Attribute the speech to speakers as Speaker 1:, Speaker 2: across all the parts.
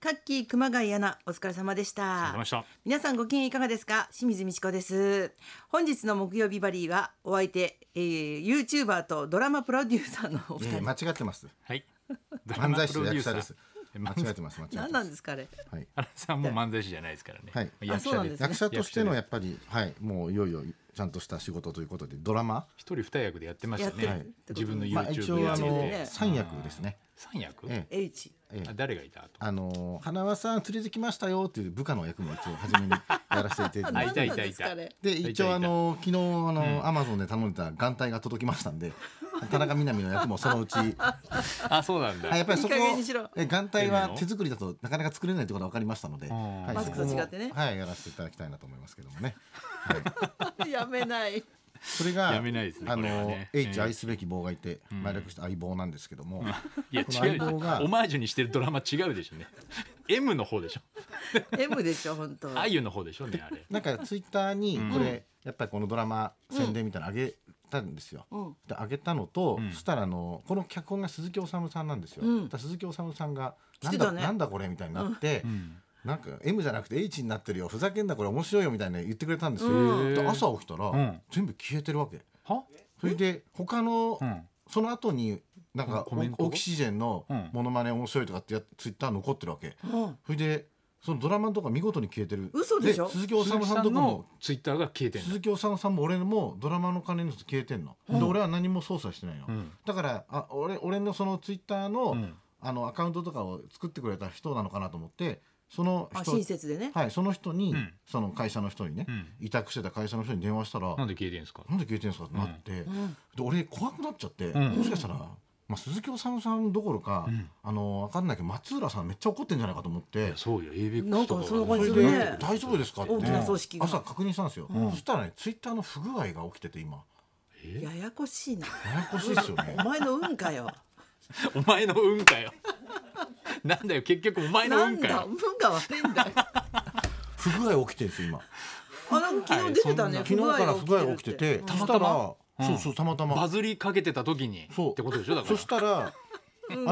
Speaker 1: カッキー熊谷アナお疲れ様でし
Speaker 2: ありがとうござい
Speaker 1: た
Speaker 2: ました。
Speaker 1: 皆さんご機嫌いかがですか清水美智子です本日の木曜日バリーはお相手、えー、YouTuber とドラマプロデューサーのお
Speaker 3: い
Speaker 1: 二
Speaker 3: やいや
Speaker 1: 人、
Speaker 3: 間違ってます。
Speaker 2: はい。
Speaker 3: 漫才師と役者です。間
Speaker 2: 漫
Speaker 3: 違え
Speaker 2: 才
Speaker 3: てます。間違えてま
Speaker 1: 何
Speaker 3: す。
Speaker 1: なんですかあれ
Speaker 3: はい。
Speaker 2: 原さんも漫才師じゃないですからね。
Speaker 3: はい
Speaker 2: 役
Speaker 1: あそうな
Speaker 2: 者
Speaker 1: んです
Speaker 2: で。
Speaker 1: すね
Speaker 3: 役者としてのやっぱり、はい、もういよいよちゃんとした仕事ということで、ドラマ。
Speaker 2: 一人二役でやってましたね。
Speaker 1: や
Speaker 3: ってる
Speaker 2: 自分の
Speaker 3: まあ、一
Speaker 2: YouTube
Speaker 3: 応、
Speaker 2: や
Speaker 3: あ
Speaker 2: って
Speaker 3: の
Speaker 1: ね、
Speaker 3: 三役ですね。
Speaker 2: 三役、
Speaker 3: ええ
Speaker 1: H
Speaker 3: え
Speaker 2: あ
Speaker 3: え
Speaker 2: 誰がいたと。
Speaker 3: あの、花輪さん連れてきましたよっていう部下の役も一応初めにやらせていただい
Speaker 2: い
Speaker 3: て。
Speaker 1: 何
Speaker 2: たい
Speaker 1: なん
Speaker 2: た
Speaker 1: で
Speaker 2: い
Speaker 1: すかあ
Speaker 2: た。
Speaker 1: れ
Speaker 3: で、
Speaker 2: いた
Speaker 3: 一応、あの、昨日、あの、アマゾンで頼んでた眼帯が届きましたんで。田中みな実の役もそのうち、あ
Speaker 2: あ、そうなんだ。
Speaker 3: やっぱりそこ
Speaker 1: いい加減にしろ、
Speaker 3: え眼帯は手作りだとなかなか作れないってことが分かりましたので、
Speaker 2: ん
Speaker 3: はい
Speaker 1: マスクと違ってね
Speaker 3: そこもはい、やらせていただきたいなと思いますけども ね。
Speaker 1: やめない
Speaker 3: それが
Speaker 2: やめないですね
Speaker 3: あ
Speaker 2: これは
Speaker 3: の
Speaker 2: ね
Speaker 3: H 愛すべき棒がいて、前略して相棒なんですけども、
Speaker 2: いや
Speaker 3: この
Speaker 2: 違うでしょ
Speaker 3: 相棒が
Speaker 2: オマージュにしてるドラマ違うでしょうね。M の方でし ょ。
Speaker 1: M でしょ本当
Speaker 2: あゆの方でしょうねあれ。
Speaker 3: なんかツイッターにこれ、やっぱりこのドラマ宣伝みたいなのあげたんですよ。
Speaker 1: うん
Speaker 3: であげたのと、
Speaker 2: うん
Speaker 3: そしたらあのこの脚本が鈴木おさむさんなんですよ。
Speaker 1: うん
Speaker 3: だから鈴木おさむさんが
Speaker 1: 来
Speaker 3: なん
Speaker 1: て
Speaker 3: だ,、
Speaker 1: たね
Speaker 3: なんだこれみたいになって、
Speaker 2: うん。
Speaker 3: なんか M じゃなくて H になってるよふざけんなこれ面白いよみたいな言ってくれたんですよ。
Speaker 2: うん
Speaker 3: で朝起きたら、
Speaker 2: ん
Speaker 3: 全部消えてるわけ。
Speaker 2: は？
Speaker 3: それで他の、
Speaker 2: うん。
Speaker 3: その後になん
Speaker 2: うん
Speaker 3: か
Speaker 2: コメント
Speaker 3: オキシジェンの
Speaker 2: うん
Speaker 3: モノマネ面白いとかってやツイッター残ってるわけ、
Speaker 1: うん
Speaker 3: それでそのドラマのとこは見事に消えてる
Speaker 1: 嘘でしょ
Speaker 3: 鈴木おさむさんのとこ
Speaker 2: の
Speaker 3: も
Speaker 2: ツイッターが消えてんだ。
Speaker 3: 鈴木おさむさんも俺もドラマの金のやつ消えてんの、で俺は何も操作してないの、
Speaker 2: うん
Speaker 3: だからあ俺俺のそのツイッターの,、
Speaker 2: うん
Speaker 3: あのアカウントとかを作ってくれた人なのかなと思ってその
Speaker 1: あ
Speaker 3: 人
Speaker 1: 親切でね
Speaker 3: はい、その人に、
Speaker 2: うん
Speaker 3: その会社の人にね、
Speaker 2: うん
Speaker 3: 委託してた会社の人に電話したら、
Speaker 2: なんで消えてんですか。
Speaker 3: なんで消えてんすかってなって、
Speaker 1: ん
Speaker 3: で俺怖くなっちゃって、
Speaker 2: ん
Speaker 3: もしかしたら、まあ、鈴木おさむさんどころか、
Speaker 2: ん
Speaker 3: あの分かんないけど松浦さんめっちゃ怒ってんじゃないかと思って。
Speaker 2: そうよ ABEX
Speaker 1: なん
Speaker 2: と
Speaker 1: か
Speaker 2: か。
Speaker 1: そんな感
Speaker 3: そ
Speaker 1: じす
Speaker 3: れで
Speaker 1: るね
Speaker 3: 大丈夫ですかって
Speaker 1: 大きな組織が
Speaker 3: 朝確認したんですよ、そしたらねツイッターの不具合が起きてて今
Speaker 2: え
Speaker 1: ややこしいな
Speaker 3: ややこしいですよ ね
Speaker 1: お前の運かよ
Speaker 2: お前の運かよ。なんだよ結局お前の
Speaker 1: なん
Speaker 2: 運か
Speaker 1: だ
Speaker 2: よ。
Speaker 1: 運が悪いんだよ
Speaker 3: 不具合起きてるんですよ今
Speaker 1: あなんか昨日出てたね
Speaker 3: 昨日から不具合起きてて
Speaker 1: る
Speaker 3: そ
Speaker 2: ま
Speaker 3: したた
Speaker 2: ま
Speaker 3: ら、そうそうたまたま
Speaker 2: バズりかけてた時に
Speaker 3: そう
Speaker 2: ってことでしょだから。
Speaker 3: そしたら、 あ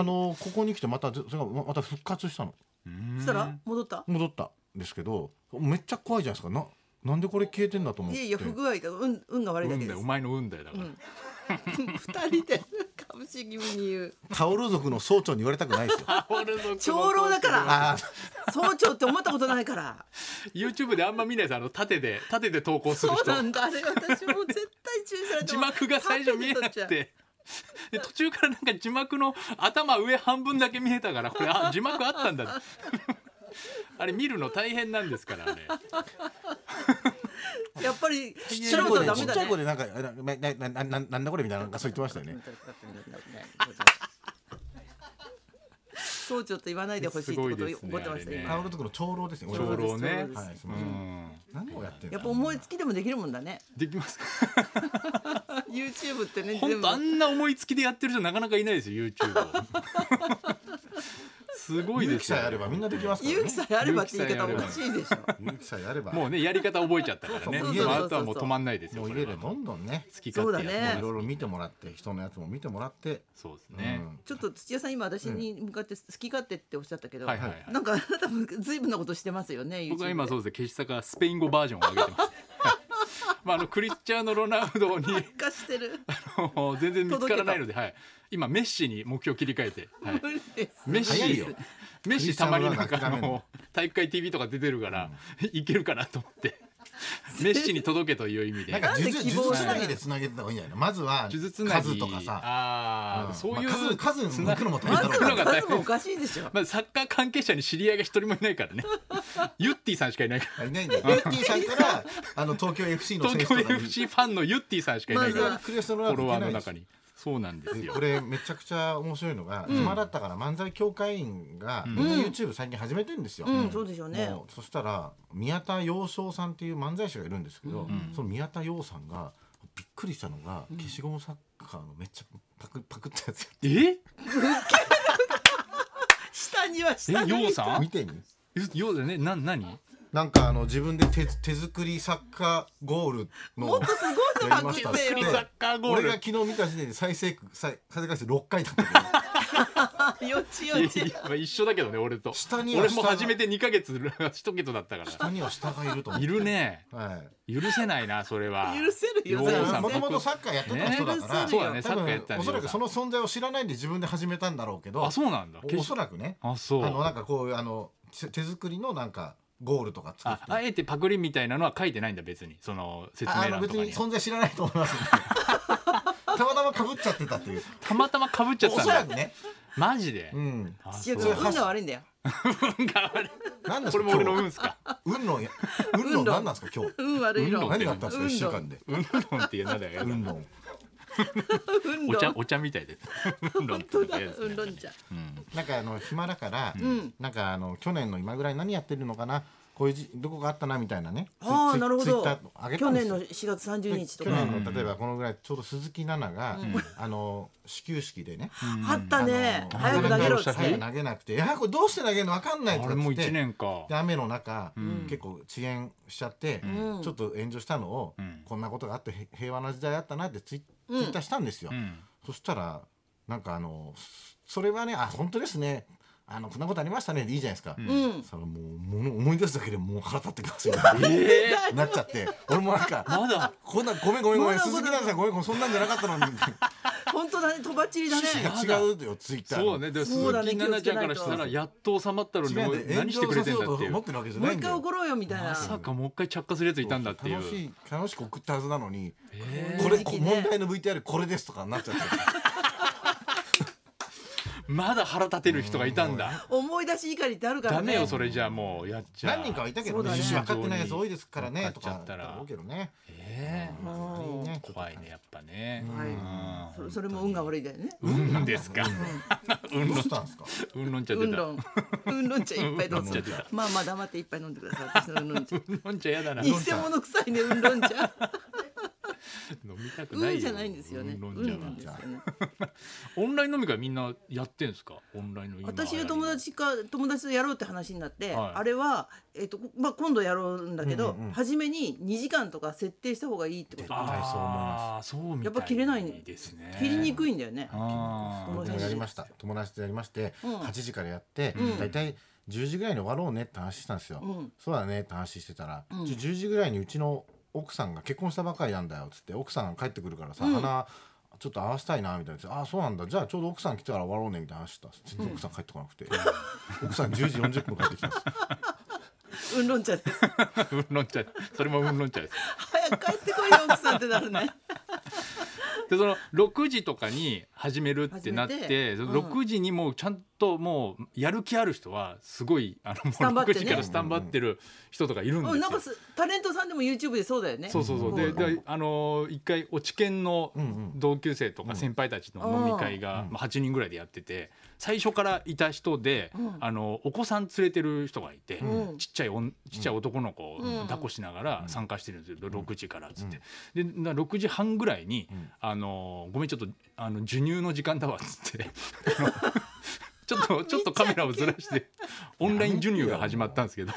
Speaker 3: のここに来てまたそれがまた復活したの
Speaker 2: う
Speaker 1: そ
Speaker 2: ん
Speaker 1: したら戻った
Speaker 3: 戻ったんですけどめっちゃ怖いじゃないですかななんでこれ消えてんだと思っ
Speaker 1: い
Speaker 3: て
Speaker 1: やいや不具合だ運運が悪いだ
Speaker 2: 運
Speaker 1: けで
Speaker 2: だよ
Speaker 1: す
Speaker 2: お前の運だよだから、
Speaker 1: うん二人で株式気味に言う
Speaker 3: タオル族の総長に言われたくないですよ あ
Speaker 1: 長老だから
Speaker 3: あ
Speaker 1: 総長って思ったことないから
Speaker 2: YouTube であんま見ないですあの縦で縦で投稿する
Speaker 1: そう
Speaker 2: 人
Speaker 1: なんだあれ私もう絶対注意されて
Speaker 2: 字幕が最初見えなくてで途中からなんか字幕の頭上半分だけ見えたからこれあ字幕あったんだ あれ見るの大変なんですからあれ
Speaker 1: やっぱり
Speaker 3: ちっ
Speaker 1: 素
Speaker 3: ちゃい
Speaker 1: 人
Speaker 3: 子
Speaker 1: は
Speaker 3: で、
Speaker 1: ダメ
Speaker 3: ちっち
Speaker 1: だ
Speaker 3: ゃい子
Speaker 1: ね
Speaker 3: でなんかななななななんだこれみたいななんかそう言ってましたよね。
Speaker 1: 総長と言わないでほしいってことを思ってました
Speaker 2: すごいです
Speaker 1: よ
Speaker 2: ねあれね
Speaker 3: タオル族の長老ですよ。
Speaker 2: 長
Speaker 1: そ
Speaker 2: 老ね
Speaker 1: うです
Speaker 3: はい、すみ
Speaker 2: う
Speaker 3: ません。
Speaker 2: ん
Speaker 3: 何をやってん
Speaker 1: や
Speaker 3: だ
Speaker 1: っぱ思いつきでもできるもんだね
Speaker 2: できますか
Speaker 1: YouTube ってね
Speaker 2: 本
Speaker 1: 全部
Speaker 2: 当あんな思いつきでやってる人なかなかいないですよ YouTube をすごい
Speaker 3: 勇
Speaker 2: で
Speaker 3: 気
Speaker 2: す
Speaker 3: さ
Speaker 2: よ
Speaker 3: えあればみんなできますから、ね。
Speaker 1: 勇気さえあればって言い方もおかしいでしょ
Speaker 3: 勇気さえあれば。
Speaker 2: もうねやり方覚えちゃったからね
Speaker 3: そうそう
Speaker 2: も
Speaker 3: そう
Speaker 2: う
Speaker 3: そう
Speaker 2: あとはもう止まんないですよ
Speaker 3: もう
Speaker 2: こ
Speaker 3: 家
Speaker 2: れ
Speaker 3: で
Speaker 2: は
Speaker 3: どんどんね。
Speaker 2: 好き勝手やって
Speaker 1: そうだね
Speaker 3: いろいろ見てもらって人のやつも見てもらって。
Speaker 2: そうですね、
Speaker 3: うん
Speaker 1: ちょっと土屋さん今私に向かって好き勝手っておっしゃったけど、
Speaker 2: はいはいはい
Speaker 1: なんかあなたも随分なことしてますよね。
Speaker 2: 僕は今
Speaker 1: YouTube
Speaker 2: そうですね消し坂スペイン語バージョンを上げてます まああのクリスチャーノ・ロナウドに
Speaker 1: で化してる。
Speaker 2: あの全然見つからないので、はい、今メッシに目標切り替えて、はい、
Speaker 1: 無理です。
Speaker 2: メッシ
Speaker 3: 早いよ
Speaker 2: メッシたまになん
Speaker 3: クリス
Speaker 2: か
Speaker 3: チャ
Speaker 2: あ
Speaker 3: ーノロナウド諦めん
Speaker 2: の
Speaker 3: の
Speaker 2: 体育会 TV とか出てるから、いけるかなと思 ってメッシに届けという意味で
Speaker 3: なんか
Speaker 1: なんで
Speaker 3: 数
Speaker 1: 希
Speaker 3: 珠
Speaker 1: 望
Speaker 3: 数
Speaker 1: し
Speaker 3: 珠つ
Speaker 1: ない
Speaker 3: なぎでつなげてた方がいいんじゃないの。まずは
Speaker 2: 数珠つなぎ
Speaker 3: 数とかさ。
Speaker 2: あー、
Speaker 3: ん
Speaker 2: そういう、
Speaker 3: まあ数数
Speaker 2: つな
Speaker 3: 抜くのも大
Speaker 1: ま
Speaker 3: 変だ
Speaker 1: ず
Speaker 3: ろ
Speaker 2: 抜
Speaker 3: う
Speaker 1: は
Speaker 2: くのが大
Speaker 1: 数もお
Speaker 2: 変
Speaker 1: かしいでしょ。
Speaker 2: まあ、サッカー関係者に知り合いが一人もいないから ねユッティさんしかいないから
Speaker 3: いないんだよ。ベッティさんからあの東京 FC の選手
Speaker 2: 東
Speaker 3: と
Speaker 2: 京
Speaker 3: かに。
Speaker 2: FC ファンのユッティさんしかいない
Speaker 3: いき
Speaker 2: か
Speaker 3: な
Speaker 2: ら
Speaker 3: りクリスタル
Speaker 2: フ
Speaker 3: ロナウ
Speaker 2: ォロ
Speaker 3: ドい
Speaker 2: ワ
Speaker 3: け
Speaker 2: ーの
Speaker 3: ないです
Speaker 2: 中にそうなんですよ
Speaker 3: これめちゃくちゃ面白いのが暇だったから漫才協会員がみんな YouTube 最近始めてるんですよ。
Speaker 1: うん、そうでしょうね。
Speaker 3: もうそしたら宮田洋翔さんっていう漫才師がいるんですけど、その宮田洋さんがびっくりしたのが、消しゴムサッカーのめっちゃパクパクったやつ
Speaker 2: え
Speaker 1: 下には
Speaker 2: え
Speaker 1: 下に。
Speaker 2: ようさん
Speaker 3: 見てみ
Speaker 2: えようだよねな何
Speaker 3: なんかあの自分で手手作りサッカーゴールの
Speaker 1: もっとすごいのばっかりだ
Speaker 3: やりま
Speaker 1: よ
Speaker 3: し。
Speaker 2: サッカーゴー
Speaker 3: 俺
Speaker 2: ル
Speaker 3: が昨日見た時点で再生再再生回数6回だったけど
Speaker 1: よちよ
Speaker 2: い
Speaker 1: ち
Speaker 2: や いやまあ一緒だけどね俺と
Speaker 3: 下には
Speaker 2: 俺も
Speaker 3: 下が
Speaker 2: 初めて2ヶ月一桁だったか
Speaker 3: 下には下がいると
Speaker 2: ら
Speaker 3: 思って
Speaker 2: いるね
Speaker 3: はい
Speaker 2: 許せないなそれは
Speaker 1: 許せるよ
Speaker 2: お
Speaker 3: だ
Speaker 2: 父
Speaker 3: か
Speaker 2: さ
Speaker 3: ら
Speaker 2: ん
Speaker 3: もともとサッカーやってた人だから、
Speaker 1: ね
Speaker 2: そうだね
Speaker 3: 多
Speaker 2: サッカーやってたね
Speaker 3: 分おそらくその存在を知らないで自分で始めたんだろうけど
Speaker 2: あそうなんだ
Speaker 3: おおそらくね
Speaker 2: あそう
Speaker 3: あのなんかこういうあの手手作りのなんかゴールとか作っ
Speaker 2: あ
Speaker 3: て
Speaker 2: あえてパクリみたいなのは書いてないんだ別にその説
Speaker 3: ああ
Speaker 2: 明
Speaker 3: の
Speaker 2: 欄とか
Speaker 3: 別
Speaker 2: に
Speaker 3: に
Speaker 2: は
Speaker 3: 存在知らないと思いま すんでたまたまかぶっちゃってたっていう
Speaker 2: たまたまかぶっちゃっ
Speaker 3: お
Speaker 2: たん
Speaker 3: そらく
Speaker 2: だ
Speaker 3: ね、
Speaker 2: マジで
Speaker 3: うん、
Speaker 2: あ
Speaker 1: 土屋
Speaker 2: そう
Speaker 1: 君運が悪いんだよ
Speaker 2: 運が悪い
Speaker 3: なんで す
Speaker 2: こ
Speaker 3: か
Speaker 2: れも俺の
Speaker 3: 今
Speaker 2: 運
Speaker 3: 日
Speaker 2: っすか
Speaker 3: 運の運の何なんですか今日
Speaker 1: 運悪いの
Speaker 2: 運
Speaker 3: 何があったんですか
Speaker 1: 運の
Speaker 3: 一週間で
Speaker 2: 運論っていうなんだよ
Speaker 3: 運の
Speaker 1: 運
Speaker 2: お
Speaker 1: 論
Speaker 2: 茶お茶みたいで運論
Speaker 1: 本
Speaker 2: って
Speaker 1: 当
Speaker 2: いうの
Speaker 1: だ
Speaker 2: が嫌ですね
Speaker 1: 運論茶
Speaker 2: うん
Speaker 3: なんかあの暇だから、
Speaker 1: ん
Speaker 3: なんかあの去年の今ぐらい何やってるのかなこういうじどこがあったなみたいなね
Speaker 1: ああ
Speaker 3: ツイ
Speaker 1: なるほ
Speaker 3: ツイッ
Speaker 1: ど
Speaker 3: ター上げた
Speaker 1: 去
Speaker 3: んで
Speaker 1: 年
Speaker 3: すよ
Speaker 1: の4月30日と
Speaker 3: 去
Speaker 1: か
Speaker 3: 年の例えばこのぐらいちょうど鈴木奈々が、あの始球式でね、
Speaker 1: あったね
Speaker 3: あの
Speaker 1: 早く投げろっつっ
Speaker 3: 早
Speaker 1: て
Speaker 3: く投げなくて「いやこれどうして投げるの分かんない」
Speaker 2: あ
Speaker 3: と
Speaker 2: れ
Speaker 3: かっ
Speaker 2: も
Speaker 3: つって
Speaker 2: 1年か
Speaker 3: で雨の中、結構遅延しちゃって、
Speaker 1: ん
Speaker 3: ちょっと炎上したのを、
Speaker 2: ん
Speaker 3: こんなことがあってへ平和な時代あったなってツイ,、ツイッターしたんですよ、
Speaker 2: うん
Speaker 3: そしたらなんかあのそれはねあ本当ですねあのこんなことありましたねでいいじゃないですか、
Speaker 1: うん
Speaker 3: そのもうもの思い出すだけでもう腹立ってきますよ
Speaker 2: えー
Speaker 3: なっちゃって俺もなんか
Speaker 2: まだ
Speaker 3: こんなごめんごめんごめ
Speaker 1: ま
Speaker 3: ん
Speaker 1: だまだ
Speaker 3: 鈴木奈々さんごめんごめんそんなんじゃなかったのに
Speaker 1: 本当だねとばっちりだ
Speaker 3: 趣
Speaker 1: ね
Speaker 3: 旨が違うよツイッターの
Speaker 2: そうねでも鈴
Speaker 1: そうだね
Speaker 2: 木奈々ちゃんからしたらやっと収まったのにも
Speaker 3: 違
Speaker 2: う
Speaker 3: うんだよ炎
Speaker 2: 何して
Speaker 3: 上
Speaker 2: くれ
Speaker 3: さ
Speaker 2: て
Speaker 3: せ
Speaker 2: ん
Speaker 3: よ
Speaker 2: だ
Speaker 3: うと
Speaker 2: っていう
Speaker 3: 思ってるわけじゃ
Speaker 1: も
Speaker 3: な
Speaker 1: う
Speaker 3: い
Speaker 1: 一
Speaker 3: んだ
Speaker 1: 回
Speaker 3: よ
Speaker 1: 怒ろうよみたいな
Speaker 2: まさかもう一回着火するやついたんだっていう
Speaker 3: 楽しい楽しく送ったはずなのに、
Speaker 2: え
Speaker 3: これ、
Speaker 1: 正
Speaker 3: こ
Speaker 1: 直ね
Speaker 3: 問題の VTR これですとかになっちゃって
Speaker 2: ーまだ腹立てる人がいたんだ
Speaker 1: 思い出し怒りってあるからね
Speaker 2: ダメよそ れじゃあもうやっちゃ
Speaker 3: 何人かはいたけど
Speaker 1: そうだ
Speaker 3: ね
Speaker 1: ね
Speaker 3: 分かってないやつ多いですからね
Speaker 2: 分か
Speaker 3: と
Speaker 2: っちゃ
Speaker 3: か
Speaker 2: った
Speaker 3: だ
Speaker 2: ら
Speaker 3: ろうけどね
Speaker 2: えー
Speaker 1: うん
Speaker 3: ね
Speaker 2: 怖いねやっぱね
Speaker 1: はい
Speaker 2: うん
Speaker 1: そそれも運が悪いだよね
Speaker 2: うんですか
Speaker 3: どうしたんですか
Speaker 2: うんのんちゃ出
Speaker 1: 運
Speaker 2: た
Speaker 1: 論運論茶一杯どうぞ
Speaker 2: 運論茶出た
Speaker 1: まあまあ黙って一杯飲んでください私の運論茶
Speaker 2: うんのんちゃやだな
Speaker 1: 偽
Speaker 2: 飲
Speaker 1: 物臭いね運論茶
Speaker 2: みたく な
Speaker 1: 運
Speaker 2: いよ
Speaker 1: じゃないんですよね
Speaker 2: うんの
Speaker 1: 運
Speaker 2: んちゃ
Speaker 1: なんですよ
Speaker 2: は
Speaker 1: ね
Speaker 2: オンライン飲み会みんなやってんですかオンラインの今
Speaker 1: 私の友達か友達とやろうって話になって、
Speaker 2: はい
Speaker 1: あれは、えっとまあ、今度やろうんだけど、
Speaker 3: うんうんうん
Speaker 1: 初めに2時間とか設定した方がいいってこと
Speaker 2: ああそうみたい
Speaker 1: やっぱ切れない
Speaker 2: ですね
Speaker 1: 切りにく
Speaker 2: い
Speaker 1: いんだよね。
Speaker 2: あ
Speaker 1: そ
Speaker 2: ー
Speaker 1: の
Speaker 3: 僕
Speaker 1: 辺
Speaker 3: も
Speaker 1: で
Speaker 3: やりました友達とやりまして、
Speaker 1: うん
Speaker 3: 8時からやって、
Speaker 1: うん
Speaker 3: 大体10時ぐらいに終わろうねって話したんですよ、
Speaker 1: うん
Speaker 3: そうだねって話してたら、
Speaker 1: うん
Speaker 3: ちょ10時ぐらいにうちの奥さんが結婚したばかりなんだよっつって奥さんが帰ってくるからさ、
Speaker 1: うん
Speaker 3: 花ちょっと合わせたいなみたいなああそうなんだじゃあちょうど奥さん来てから終わろうねみたいな話したんです全然奥さん帰ってこなくて、奥さん10時40分帰ってきたんです
Speaker 1: 運論茶です。
Speaker 2: うんのんちゃそれもうんのんちゃです
Speaker 1: 早く帰ってこいよ奥さんってなる ね。
Speaker 2: でその6時とかに始めるってなって
Speaker 1: 始めて
Speaker 2: その
Speaker 1: うん
Speaker 2: 6時にもうちゃんともうやる気ある人はすごいあのもう
Speaker 1: スタンバって
Speaker 2: 6
Speaker 1: ね
Speaker 2: 時からスタンバってる人とかいるんで
Speaker 1: う
Speaker 2: すよ
Speaker 1: ん、なんかすタレントさんでも YouTube でそうだよね。
Speaker 2: そうそうそう、
Speaker 1: う
Speaker 2: で
Speaker 1: ん
Speaker 2: であのー一回落ち研の
Speaker 3: うんうん
Speaker 2: 同級生とか先輩たちの飲み会が、
Speaker 3: うん
Speaker 2: まあ、8人ぐらいでやってて最初からいた人で、
Speaker 1: うん
Speaker 2: あのお子さん連れてる人がいて、
Speaker 1: うん
Speaker 2: ちっちゃいおんちっちゃい男の子を
Speaker 1: うん
Speaker 2: 抱っこしながら参加してるんですよ、6時からっつって、でな6時半ぐらいに「
Speaker 3: ん
Speaker 2: あのーごめんちょっとあの授乳の時間だわ」っつって。 あのちょっとちょっとカメラをずらしてオンライン授乳が始まったんですけど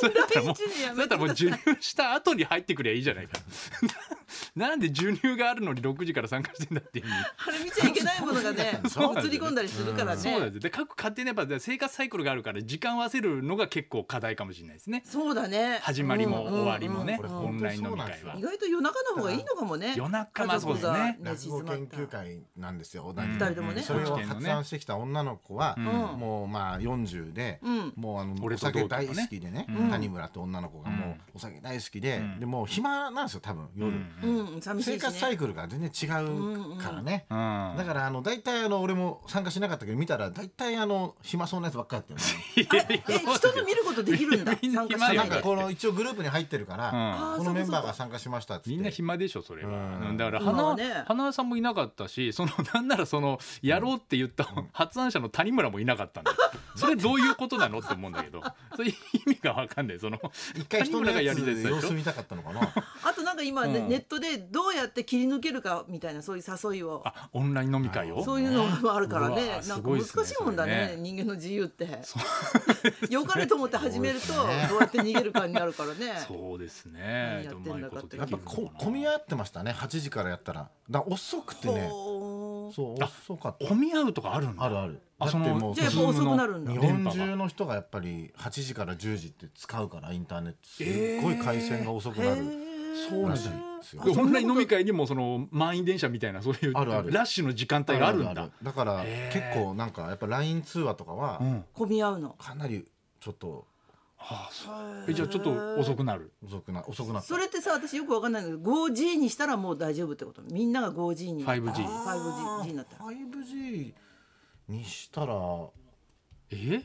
Speaker 2: それだったらもう
Speaker 1: 授乳や
Speaker 2: だ
Speaker 1: め
Speaker 2: っ
Speaker 1: て
Speaker 2: たらもう授乳した後に入ってくりゃいいじゃないか なんで授乳があるのに6時から参加してんだっていう意味
Speaker 1: あれ見ちゃいけないものがね
Speaker 2: そうなんだよね
Speaker 1: 映り込んだりするからね。
Speaker 2: そうなんですよで各家庭のやっぱ生活サイクルがあるから時間を合わせるのが結構課題かもしれないですね
Speaker 1: そうだね。
Speaker 2: 始まりも終わりもね、
Speaker 3: うんうんうん
Speaker 2: オンライン飲み会は
Speaker 1: 意外と夜中の方がいいのかもね。
Speaker 2: 夜中まあそうですね
Speaker 1: 家族が寝
Speaker 3: 落
Speaker 1: 静
Speaker 3: 語
Speaker 1: まっ
Speaker 3: 研
Speaker 1: た
Speaker 3: 究会なんですよ、
Speaker 2: ん
Speaker 3: 二
Speaker 1: 人ともね
Speaker 3: それを
Speaker 2: うん
Speaker 3: 発案してきた女の子は、
Speaker 1: ん
Speaker 3: もうまあ40で、
Speaker 1: うん
Speaker 3: もうあの
Speaker 2: 俺
Speaker 3: お
Speaker 2: と同期と
Speaker 3: 酒
Speaker 2: かね
Speaker 3: 大好きでね、
Speaker 2: うん
Speaker 3: 谷村と女の子がもうお酒大好きで、
Speaker 2: うん
Speaker 3: でもう暇なんですよ多分
Speaker 2: う
Speaker 3: 夜、
Speaker 2: ん
Speaker 1: うん、寂しいし、ね。
Speaker 3: 生活サイクルが全然違うからね、
Speaker 2: うん
Speaker 3: だからあの大体あの俺も参加しなかったけど見たら大体あの暇そうなやつばっかりやって
Speaker 2: いやい
Speaker 3: る
Speaker 2: や
Speaker 1: え、人の見ることでき るんだ。
Speaker 2: みんな
Speaker 1: 参加
Speaker 2: 暇
Speaker 1: し
Speaker 2: よ
Speaker 1: な
Speaker 3: な
Speaker 1: んい
Speaker 3: か
Speaker 1: で。
Speaker 3: この一応グループに入ってるから、
Speaker 2: うん
Speaker 1: あ
Speaker 3: このメンバー
Speaker 1: そうかそうか
Speaker 3: が参加しましたっつって
Speaker 2: みんな暇でしょそれは、
Speaker 3: うん
Speaker 2: だから
Speaker 1: 今
Speaker 2: 花,、
Speaker 1: はね
Speaker 2: 花さんもいなかったしそのなんならそのやろうって言った、発案者の谷村もいなかったんだよそれどういうことなのって思うんだけどそれ意味がわかんないその
Speaker 3: 一回人の
Speaker 2: 谷村
Speaker 3: やつ
Speaker 2: がやりだしたで
Speaker 3: 様
Speaker 2: しょ
Speaker 3: 子見たかったのかな
Speaker 1: あとなんか今、ね
Speaker 2: うん
Speaker 1: ネットでどうやって切り抜けるかみたいなそういう誘いを
Speaker 2: あオンライン飲み会を
Speaker 1: そういうのもあるから
Speaker 2: うわ
Speaker 1: ねなん
Speaker 2: す
Speaker 1: か
Speaker 2: ごい
Speaker 1: 難
Speaker 2: っ
Speaker 1: し
Speaker 2: すね
Speaker 1: いもんだね
Speaker 2: それね
Speaker 1: 人間の自由ってよかれと思って始めると
Speaker 3: そうですね
Speaker 1: どうやって逃げるかになるからね
Speaker 2: そうです
Speaker 1: 何
Speaker 2: ね
Speaker 1: やってんだかって
Speaker 2: うまいことできる
Speaker 3: やっぱこ混み合ってましたね8時からやったらだから遅くてね
Speaker 1: ほ
Speaker 3: そう遅かった
Speaker 2: 混み合うとかあるんだ
Speaker 3: あるある
Speaker 2: あ
Speaker 3: だっ
Speaker 2: そ
Speaker 3: て
Speaker 2: の
Speaker 3: もう
Speaker 1: じゃあやっぱ遅くなるんだ
Speaker 3: 日
Speaker 2: 電
Speaker 3: 本
Speaker 2: 波が
Speaker 3: 中の人がやっぱり8時から10時って使うからインターネットすっごい回線が遅くなる
Speaker 2: そうなんだ
Speaker 3: らしいですよ
Speaker 1: あそんなこと
Speaker 2: 本来飲み会にもその満員電車みたいなそういう
Speaker 3: あるある
Speaker 2: ラッシュの時間帯があるんだ
Speaker 3: あるだから
Speaker 2: へ
Speaker 3: 結
Speaker 2: ー
Speaker 3: 構なんかやっぱ LINE 通話とかは
Speaker 2: うん
Speaker 1: 混み合うの
Speaker 3: かなりちょっと
Speaker 2: あそうえじゃあちょっと遅くなる
Speaker 3: 遅くな遅くなった
Speaker 1: それってさ私よくわかんないけど 5G にしたらもう大丈夫ってことみんなが 5G に
Speaker 2: 5G
Speaker 3: あ
Speaker 1: 5G
Speaker 3: ー
Speaker 1: になったら
Speaker 3: 5G にしたら
Speaker 2: え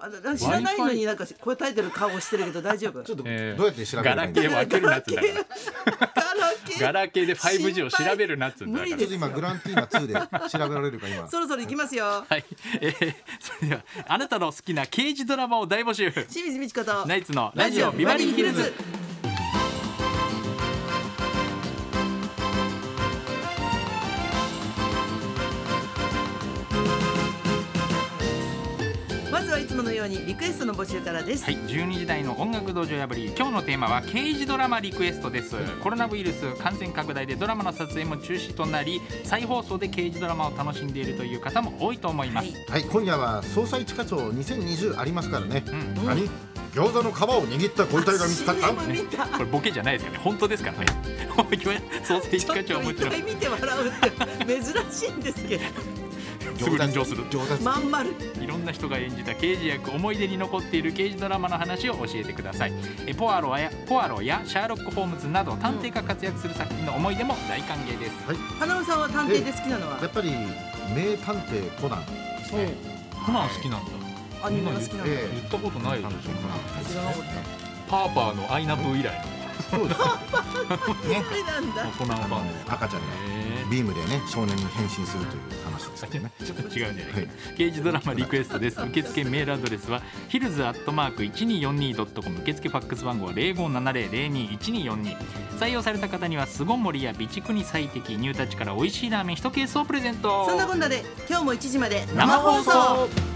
Speaker 1: あだだ知らないのになんか答えてる顔してるけど大丈夫
Speaker 3: ちょっとどう
Speaker 2: えー
Speaker 3: やって調べ
Speaker 2: ガ
Speaker 3: れば
Speaker 2: ラ
Speaker 3: いいん
Speaker 2: ケ
Speaker 3: だ
Speaker 2: ーを開けるなっつうんだから
Speaker 1: ガラケー
Speaker 2: ガラケーで 5G を調べるなっつうんだ
Speaker 1: 心配無理で
Speaker 2: から
Speaker 3: ち
Speaker 1: す
Speaker 3: ょっと今グランティーナ2で調べられるか今
Speaker 1: そろそろ行きますよ
Speaker 2: はい、えー、それではあなたの好きな刑事ドラマを大募集
Speaker 1: 清水美智子と
Speaker 2: ナイツのラジオビバリーヒルズ
Speaker 1: まずはいつものようにリクエストの募集からです、
Speaker 2: はい、12時台の音楽道場破り今日のテーマは刑事ドラマリクエストですコロナウイルス感染拡大でドラマの撮影も中止となり再放送で刑事ドラマを楽しんでいるという方も多いと思います、
Speaker 1: は
Speaker 3: はい今夜は捜査一課長2020ありますからね
Speaker 2: ん
Speaker 3: 何餃子の皮を握ったご遺体が見つかった
Speaker 1: CM 見た
Speaker 2: これボケじゃないですよね本当で すからねソーセージ
Speaker 1: ちょっ
Speaker 2: 課長は
Speaker 1: と
Speaker 2: もち
Speaker 1: 一
Speaker 2: ろん
Speaker 1: 回見て笑うって珍しいんですけど
Speaker 2: すぐ臨場する
Speaker 3: 冗談
Speaker 1: まん丸
Speaker 2: いろんな人が演じた刑事役思い出に残っている刑事ドラマの話を教えてくださいえポアロやポアロやシャーロック・ホームズなど探偵が活躍する作品の思い出も大歓迎です、
Speaker 1: 花尾さんは探偵で好きなのは
Speaker 3: やっぱり名探偵コナンですね
Speaker 2: コナン好きなんだ
Speaker 1: アニメが好きなの
Speaker 3: ええ
Speaker 2: 言ったことないでしょ
Speaker 1: 知らなかった
Speaker 2: パーパーのアイナブー以来
Speaker 3: そうです
Speaker 1: あれなんだ
Speaker 2: のコナンファン
Speaker 3: 赤ちゃんがビームでね少年に変身するという話ですけどね
Speaker 2: ちょっと違うんじゃないか、
Speaker 3: はい
Speaker 2: 刑事ドラマリクエストです受付メールアドレスはヒルズアットマーク 1242.com 受付ファックス番号は0570021242採用された方には巣ごもりや備蓄に最適ニュータッチから美味しいラーメン1ケースをプレゼント
Speaker 1: そんなこんなで今日も1時まで
Speaker 2: 生放送
Speaker 3: 日